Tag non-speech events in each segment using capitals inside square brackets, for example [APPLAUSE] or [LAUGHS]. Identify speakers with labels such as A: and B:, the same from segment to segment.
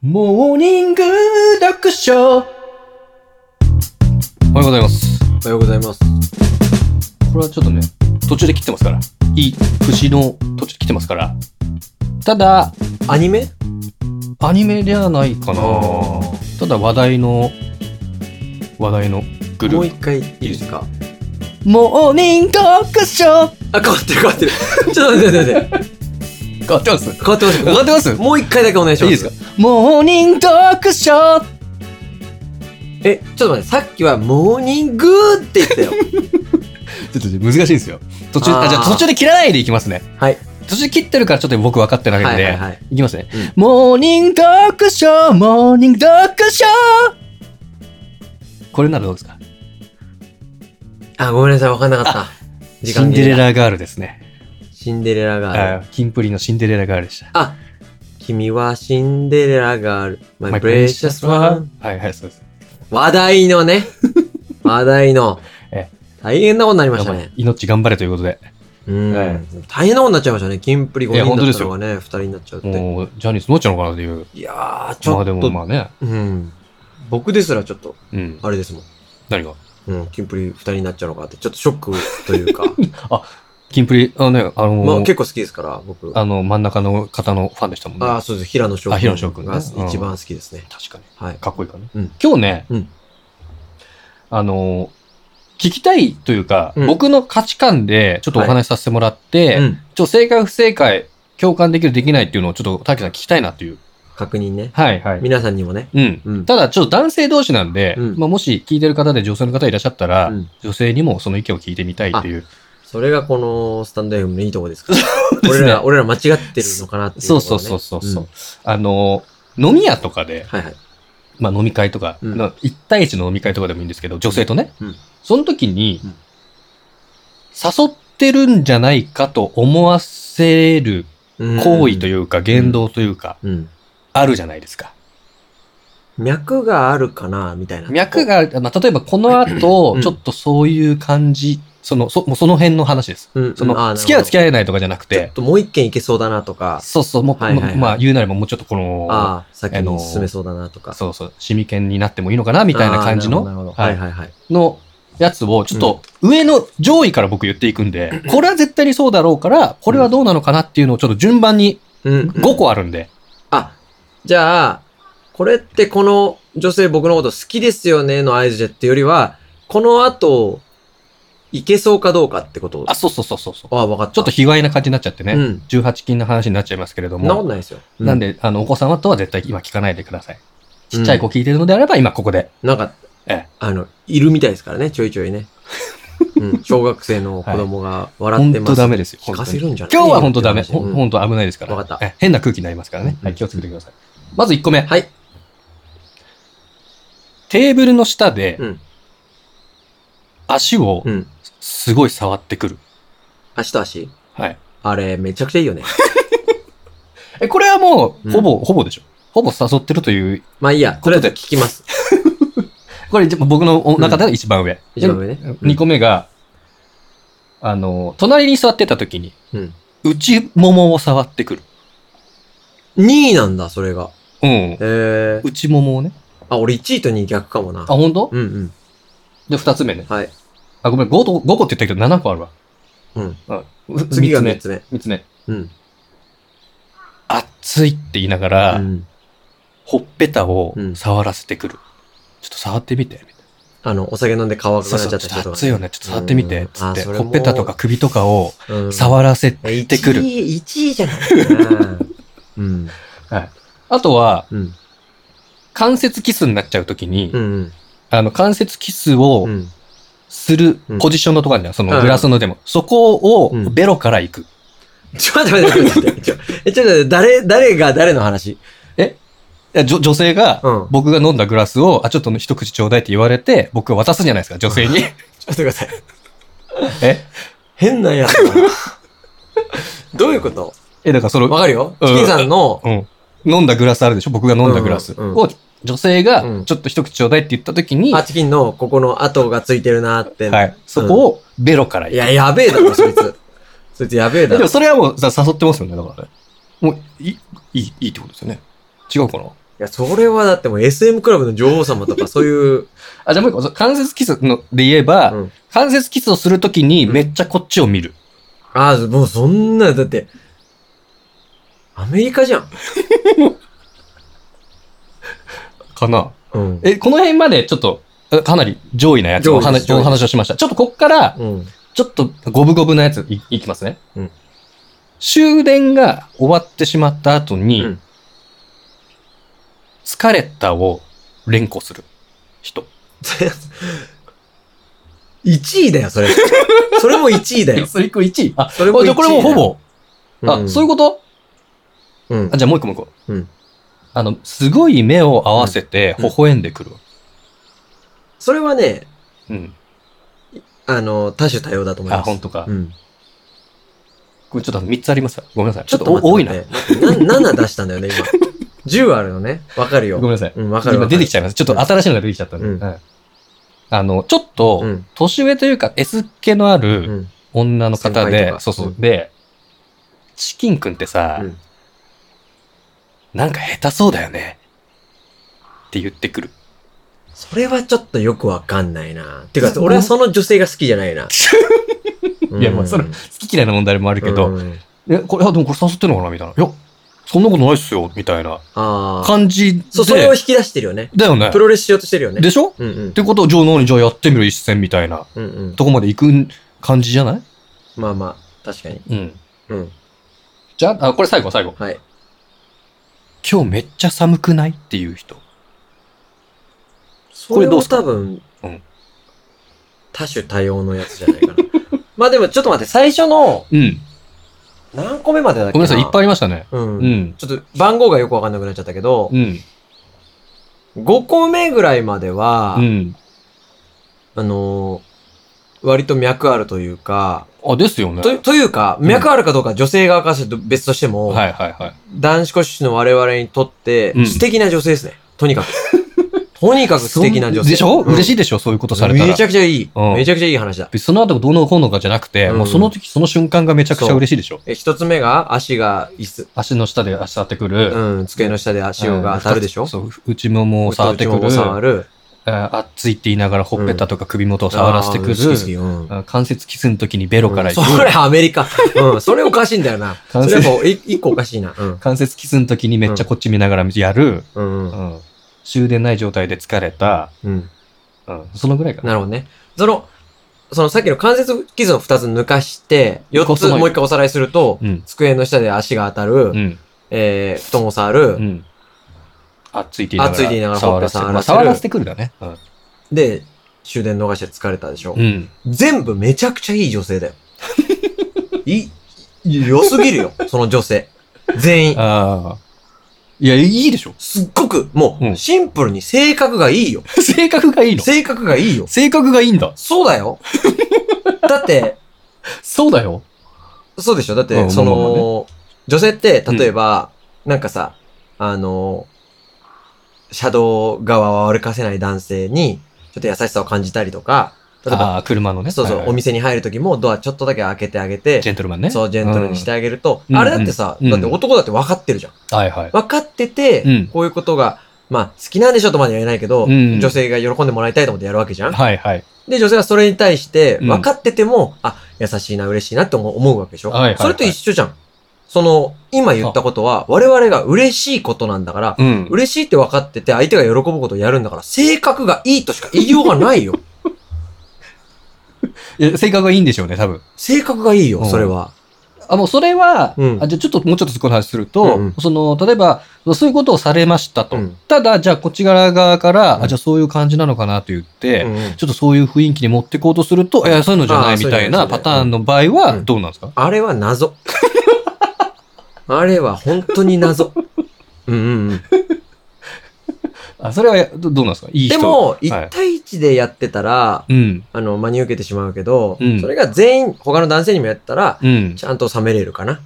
A: モーニング読書おはよ
B: おはようございます。
A: うございます。
B: これはちょっとね、途中で切ってますから。いい節の途中で切ってますから。ただ、
A: アニメ
B: アニメではないかな。ただ話題の、話題のグル
A: もう
B: ー
A: 一回いいですか
B: プ。モーニング読書
A: あ、変わってる変わってる。ちょっと待って待って待って。
B: 変わってます
A: 変わってます。
B: [LAUGHS] 変わってますい
A: もう一回だけお願いし
B: い
A: ます。
B: ですかモーニング読書
A: え、ちょっと待って、さっきはモーニングって言
B: [LAUGHS]
A: ったよ。
B: ちょっと難しいんですよ。途中、
A: あー
B: あ、じゃあ途中で切らないでいきますね。
A: はい。
B: 途中で切ってるからちょっと僕分かってないんで。
A: はいいはいはい。
B: きますね、
A: うん
B: モーニング読書モーニング読書これならどうですか
A: あ、ごめんなさい、わかんなかった。時
B: シ
A: 間
B: ン
A: 切
B: デ
A: れ
B: レ
A: だ。
B: ラガールですね。
A: シンデレラ
B: あ
A: ガール。
B: ーキンプリのシンデレラガールでした。
A: あ、君はシンデレラガール。マイ
B: My
A: プレシャス
B: precious
A: ワ
B: one
A: ン。
B: はいはい、そうです。
A: 話題
B: [LAUGHS]
A: のね。話題の
B: え。
A: 大変なことになりましたね。
B: 命頑張れということで。
A: うん、
B: はい
A: 大変なことになっちゃいましたね。キンプリ5
B: いや
A: 人
B: 本当
A: だっ
B: で
A: た
B: す
A: の
B: よ
A: がね、2人になっちゃうって。
B: もう、ジャニーズどうなっちゃうのかなという。
A: いやー、ち
B: ま
A: ょ
B: あ
A: っ
B: で
A: と、
B: もまあね。
A: うん。僕ですらちょっと、
B: うん。
A: あれですもん。
B: 何が
A: うん、キンプリ2人になっちゃうのかって、ちょっとショック
B: [LAUGHS]
A: というか。
B: キンプリ、あのね、あのー
A: まあ結構好きですから、僕。あ
B: あの、真ん中の方のファンでしたもんね。
A: あー、そうです。平野翔
B: あ平野翔君ね
A: が
B: うん
A: 一番好きですね。
B: 確かに。
A: はい。
B: かっこいいからね。
A: うん
B: 今日ね、
A: うん
B: あの、聞きたいというか、
A: うん
B: 僕の価値観でちょっとお話しさせてもらって、
A: うん。
B: ちょっと正解不正解、共感できるできないっていうのをちょっとタキさん聞きたいなっていう。
A: 確認ね。
B: はいは。
A: 皆さんにもね。
B: うん。
A: うん。
B: ただ、ちょっと男性同士なんで、
A: うん
B: まあ、もし聞いてる方で女性の方いらっしゃったら、
A: うん
B: 女性にもその意見を聞いてみたいっていう。
A: それがこのスタンド FM のいいとこで
B: [LAUGHS]
A: すから。
B: です
A: 俺
B: ね
A: ら、俺ら間違ってるのかなっていうと
B: そ
A: こ
B: うそう
A: ろね、
B: そうそうそう、
A: ん
B: あの、飲み屋とかで、
A: はいはい。
B: まあ、飲み会とか、
A: うん
B: まあ一対一の飲み会とかでもいいんですけど、女性とね、
A: うん
B: その時に、
A: うん
B: 誘ってるんじゃないかと思わせる行為と
A: う
B: いうか、言動というか、
A: ん。うん。
B: あるじゃないですか。
A: 脈があるかなみたいな。
B: 脈。が、まあ、例えばこの後、
A: うん
B: ちょっとそういう感じ、その、そもうその辺の話です。
A: うん。
B: そ
A: うんあー
B: の、付き合う付
A: な
B: き
A: る
B: 合えないとかじゃなく
A: ほどちょ
B: て
A: っ、ともう一件いけそうだなとか。
B: そうそう、もう、
A: はいはいはい
B: ままあ、言うなればもうちょっとこの、
A: ああ、先に進めそうだなとか。
B: そうそう、シミ犬になってもいいのかなみたいな感じ
A: あーなるほど
B: の、
A: な
B: は
A: る
B: い
A: ほどはいはいはい。
B: のやつを、ちょっと上の上位から僕言っていくんで、これは絶対にそうだろうから、これはどうなのかなっていうのをちょっと順番に
A: うん。
B: 5個あるんで、
A: あ、じゃあ、これってこの女性僕のこと好きですよねの合図でってよりは、この後、いけそうかどうかってこと
B: あ、そうそうそうそうそう。
A: あ、分かった。
B: ちょっと卑猥な感じになっちゃってね、
A: うん。
B: 18禁の話になっちゃいますけれど
A: そんなこと
B: も、
A: ないですよ。う
B: なん、で、あの、お子様とは絶対今聞かないでください。ちっちゃい子
A: う
B: 聞いてるのであれば、今ここで。
A: んなんか、
B: ええ
A: あの、いるみたいですからね、ちょいちょいね。うん、小学生の子供が笑って
B: 本
A: ます。
B: 当ダメですよ。
A: 聞かせるんじゃない
B: 今日は本当ダメ。ほ
A: うん
B: 本当危ないですから。
A: わかった
B: え変な空気になりますからね。
A: うん
B: はい、気をつけてください。まず1個目。
A: はい。
B: テーブルの下で
A: うん。
B: 足を
A: うん。
B: すごい触ってくる。
A: 足と足
B: はい。
A: あれ、めちゃくちゃいいよね。
B: え、これはもう、
A: うん
B: ほぼ、ほぼでしょ。ほぼ誘ってるという。
A: まあいいや、とりあえず聞きます。
B: これ、じゃ僕のお中では一番上。
A: 一番上ね。うん
B: 2個目が、あの、隣に座ってた時に、
A: うん。
B: 内ももを触ってくる。
A: 2位なんだ、それが。
B: うん。
A: えー。
B: 内ももをね。
A: あ、俺1位と2位逆かもな
B: あ、。本当？
A: うんうん。
B: で、2つ目ね。
A: はい。
B: あ、ごめん、5と、五個って言ったけど7個あるわ。
A: うん。
B: うん。
A: 次が3
B: ね
A: つ目。
B: 3つ目。
A: うん。
B: 熱いって言いながら、
A: うん
B: ほっぺたを
A: うん
B: 触らせてくる。ちょっと触ってみて。
A: あの、お酒飲んで顔が
B: そう
A: なっ
B: そ
A: ちゃ
B: う、
A: っ
B: ち
A: た
B: ょっと
A: 人とか
B: 熱いよね。ちょっと触ってみて。
A: うん
B: つっ
A: あ
B: て、
A: それ
B: ほ
A: も
B: っぺたとか首とかを
A: うん
B: 触らせてくる。
A: 1位、1位じゃ [LAUGHS] ないかな。うん。
B: あとは、
A: うん。
B: 関節キスになっちゃうときに
A: う、ん。
B: あの、関節キスを
A: うん。
B: する
A: うん
B: ポジションのとこあるじゃん。そ
A: は
B: の
A: い
B: グラスのでも。そこを
A: うん
B: ベロから行く。
A: ちょ、待って待って待って待って。ちょ、えちょっと待って、誰、誰が誰の話
B: いやじょ女性が、
A: うん。
B: 僕が飲んだグラスを、あ、ちょっと一口ちょうだいって言われて、僕は渡すじゃないですか、女性に。
A: [LAUGHS] ちょっと待ってください。
B: え
A: 変なやつだな。どういうこと
B: え、だからその
A: わ、かるよ。
B: うん
A: チキンさんの、
B: うん。飲んだグラスあるでしょ僕が飲んだグラス
A: うんうん
B: を、女性
A: う
B: が
A: ん、
B: ちょっと一口ちょうだいって言った時に、
A: あ、
B: は
A: チキンのここの跡がついてるなって。
B: い。そこをベロから
A: い
B: 言う。
A: や、やべえ
B: [LAUGHS]
A: だろ、そいつ。そいつやべえだ
B: で
A: ろ
B: も。それはもうさ誘ってますよね、だからね。もう、いい、いい、いいってことですよね。違うかな
A: や、それはだってもう SM クラブの女王様とかそういう、 [LAUGHS]
B: あ、じゃあもう一個、そ関節キスので言えば、
A: うん
B: 関節キスをするときにめっちゃこっちを見る。
A: ああ、もうそんな、だって、アメリカじゃん。
B: かな。
A: うん。
B: え、この辺までちょっと、あかなり上位なやつ
A: 上位
B: を
A: です
B: 話
A: 上位
B: お
A: です
B: 話をしました。ちょっとこっから、
A: うん。 [LAUGHS]
B: ちょっと五分五分のやついいきますね。
A: うん
B: 終電が終わってしまった後に、
A: うん
B: 疲れたを連呼する人。
A: 1位だよ、それ。それも1位だよ。
B: それ1位。あ、
A: それ
B: あじゃあこれもうほぼ。あ、そういうこと
A: ことうん
B: あ、。じゃあもう一個もう一個。
A: うん
B: あの、すごい目を合わせて
A: うん
B: 微笑んでくる。
A: それはね、
B: うん。
A: あの、多種多様だと思い
B: あ、
A: ます。
B: 本当か。
A: うん。
B: これちょっと3つありますわごめんなさい。ち
A: ち
B: ょ
A: ょ
B: っ
A: っ
B: と
A: と
B: 多
A: 多
B: い
A: い
B: な
A: な。。7出したんだよね、今。10あるのね。わかる
B: ご
A: よ
B: め。んなさい。
A: うん、わかる
B: 今
A: わかる。
B: 出てきち
A: ゃ
B: ゃいます。ちょっと新しいのが出てきちゃったんで。
A: うん
B: はいあの、ちょっと
A: う、ん。
B: 年上というか S っ気のある、
A: うん。
B: 女の方
A: 先輩
B: で
A: と、か
B: そうそう。
A: うん
B: で、チキンくんってさ、
A: うん
B: なんか下手そうだよね。って言ってくる。
A: それはちょっとよくわかんないな。てか、俺はその女性が好きじゃないな。
B: [LAUGHS] いやまあそれ
A: うん
B: 好き嫌いな問題もあるけど、
A: うん
B: え、これ、あ、でもこれ誘ってんのかなみたいな。いや、そんなことないっすよ、みたいな
A: ああ。
B: 感じで。
A: そう、それを引き出してるよね。
B: だよね
A: プ。ロレスしようとしてるよね。
B: でしょっ
A: うんうん。
B: てことを、じゃあ何じゃあやってみる一戦みたいな
A: うんうん。
B: とこまで行く感じじゃない
A: まあまあ、確かに。
B: うん。
A: うん。
B: じゃあ、あ、これ最後、最後。
A: はい。
B: 今日めっちゃ寒くないっていう人。
A: それ
B: どうっ
A: も
B: すか
A: 多分、
B: うん
A: 多種多様のやつじゃないか [LAUGHS] な。まあでもちょっと待って、最初の
B: うん。
A: 何個目までだっけ
B: ごめんなさい、いっぱいあ
A: い。
B: りましたね。
A: うん。
B: うん。
A: ちょっと番号がよくわかんなくなっちゃったけど、
B: うん。
A: 5個目ぐらいまでは、
B: うん。
A: あのー割と脈あるというか、
B: あ、ですよね。
A: とというか、
B: ん
A: 脈あるかどうか女性側からして別としても、
B: はいはいはい。
A: 男子子の我々にとって
B: うん、
A: 素敵な女性ですね。とにかく。
B: [LAUGHS]
A: とにかく素敵な女性。
B: でしょ、
A: うん
B: 嬉しいでしょそういうことされたら。
A: めちゃくちゃいい。
B: うん
A: めちゃくちゃいい話だ。
B: その後どうのこうのかじゃなくて、
A: うん
B: もうその時その瞬間がめちゃくちゃ嬉しいでしょ
A: え、一つ目が、足が、椅子、
B: 足の下で足当てくる。
A: うん、机の下で足
B: う
A: を
B: ん
A: が当たるでしょ
B: そう、内ももを触ってく
A: 内も
B: る。
A: も触る。
B: えーあっついって言いながらほっぺたとか首元を触らせてく
A: あ
B: る。
A: ー好き好きうん
B: あ関節キスの時にベロから行く。
A: それアメリカ。うん、それおかしいんだよな。そ
B: 完成
A: れもうい一個おかしいな。うん
B: 関節キスの時にめっちゃこっち見ながらやる。。
A: うん
B: う
A: うん
B: ん終電ない状態で疲れた。
A: うん。
B: うんそのぐらいかな。
A: なるほどね。その、そのさっきの関節傷の二つ抜かして、四
B: こう
A: つ
B: その
A: もう一回おさらいすると、
B: うん。
A: 机の下で足が当たる、
B: うん。
A: えー、布団を触
B: う
A: る、
B: ん。あっついて言いながら。
A: あっついて言いながら
B: 触らせて
A: ほっぺ触らせ
B: ま
A: る
B: あ触らせてくるだね。うん
A: で、終電逃して疲れたでしょ。
B: うん。
A: 全部めちゃくちゃいい女性だよ。い、良すぎる
B: [LAUGHS]
A: よ、その女性。全員。
B: ああ。いや、いいでしょ
A: すっごく、も
B: うん
A: う、シンプルに性格がいいよ。
B: 性格がいいの
A: 性格がいいよ。
B: 性格がいいんだ。
A: そう
B: [LAUGHS]
A: だよ。だって、
B: そうだよ。
A: そうでしょだっ
B: うん
A: て、そ
B: まあまあま
A: の、女性って、例えば、なんかさ、あの、車道側を歩かせない男性に、ちょっと優しさを感じたりとか、例えば、
B: ああ、車のね。
A: そうそう、
B: はいはい
A: お店に入るときもドアちょっとだけ開けてあげて、
B: ジェントルマンね。
A: そう、ジェントルにしてあげると、
B: うん
A: あれだってさ、
B: うん
A: だって男だって分かってるじゃん。
B: はいはい。
A: 分かってて、
B: うん
A: こういうことが、まあ、好きなんでしょとまでは言えないけど、
B: うん
A: 女性が喜んでもらいたいと思ってやるわけじゃん。
B: はいはい。
A: で、女性はそれに対して、
B: うん
A: 分かってても、あ、優しいな、嬉しいなって思う思うわけでしょ、
B: はいはいはい
A: それと一緒じゃん。その、今言ったことは、我々が嬉しいことなんだから、
B: うん。
A: 嬉しいって分かってて、相手が喜ぶことをやるんだから、性格がいいとしか言いようがな
B: [LAUGHS]
A: いよ。
B: いや性格がいいんでしょうね、多分。
A: 性格がいいよ、
B: うん
A: それは。
B: あ、もうそれは、
A: うん
B: あじゃあちょっともうちょっとそこの話すると、
A: うんうん
B: その、例えば、そういうことをされましたと。
A: うん
B: ただ、じゃあこっち側側から、
A: うん
B: あ、じゃあそういう感じなのかなと言って、
A: うんうん
B: ちょっとそういう雰囲気に持ってこうとすると、いや、そういうのじゃな
A: あ
B: い
A: ー
B: みたい
A: そ
B: な
A: ういうのじゃな
B: パ
A: い
B: ターンの場合は、
A: うん
B: どうなんですか、
A: あれ
B: [LAUGHS]
A: は謎。あれは本当に謎。うんうんうん、
B: あ、それはどどうなんですかいい人。
A: で、も、1対1でやってたら、
B: うん。
A: あの、真に受けてしまうけど、
B: うん
A: それが全員、他の男性にもやったら、
B: うん。
A: ちゃんと冷めれるかな。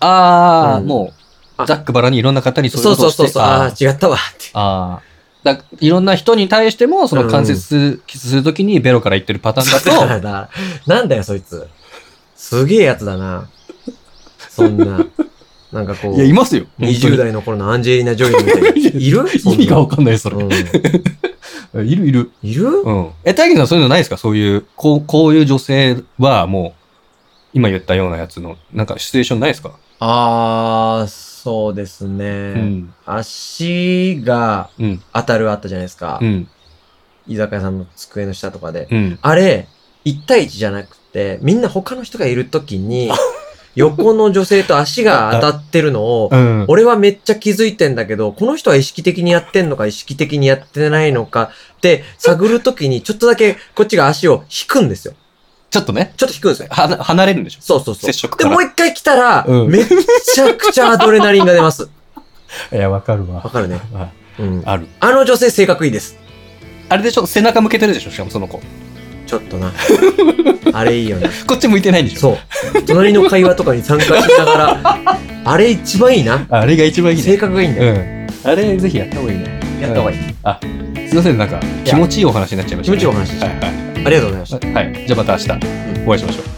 B: ああ、
A: うん
B: もう、
A: あ
B: ざっくばらにいろんな方にそういう
A: そう
B: こと
A: そ
B: を
A: う
B: して
A: そうそう、ああー、違ったわって。
B: ああ。だいろんな人に対しても、その関節キスするときにベロから言ってるパターンだと、 [LAUGHS]
A: だから [LAUGHS] なんだよ、そいつ。すげえやつだな。そんな。なんかこう
B: いや、、いますよ。
A: 20代の頃のアンジェリーナ・ジョリーみたい
B: [LAUGHS]
A: な。いる
B: 本当に意味がわ
A: 分
B: かんない、それ。いるいる。
A: いる
B: うん。え、大義さんそういうのないですかそういう、こう、こういう女性はもう、今言ったようなやつの、なんかシチュエーションないですか
A: あー、そうですね。
B: うん。
A: 足が
B: うん。
A: 当たるあったじゃないですか。
B: うん。
A: 居酒屋さんの机の下とかで。
B: うん。
A: あれ、1対1じゃなくて、みんな他の人がいると
B: [LAUGHS]
A: きに、横の女性と足が当たってるのを、
B: うん。
A: [LAUGHS] 俺はめっちゃ気づいてんだけど、この人は意識的にやってんのか、意識的にやってないのかって探るときに、ちょっとだけこっちが足を引くんですよ。
B: ちょっとね、
A: ちょっと引くんですよ。
B: はな、離れるんでしょ
A: そうそうそう
B: 接。触か
A: で、
B: ら。
A: もう一回来たら、
B: うん
A: めっちゃくちゃアドレナリンが出ます。
B: いや、わかるわ
A: わ。かるね。
B: あ
A: うん。
B: ある。
A: あの女性性格いいです。
B: あれでしょ背中向けてるでしょしかもその子。
A: ちょっとな。あれいいよね。
B: こっち向いてないんでしょ
A: そう。隣の会話とかに参加しながら、あれ一番いいな。
B: あれが一番いい
A: 性
B: ね。
A: 格がいいんだよ。
B: うん。あれ、ぜひやった方がいいね。
A: やった方がいい。
B: あ、すいません、なんか、気持ちいいお話になっちゃいました、ね。
A: 気持ちいいお話でした
B: はい、はい
A: ありがとうございました。
B: はい。じゃあまた明日、お会いしましょう。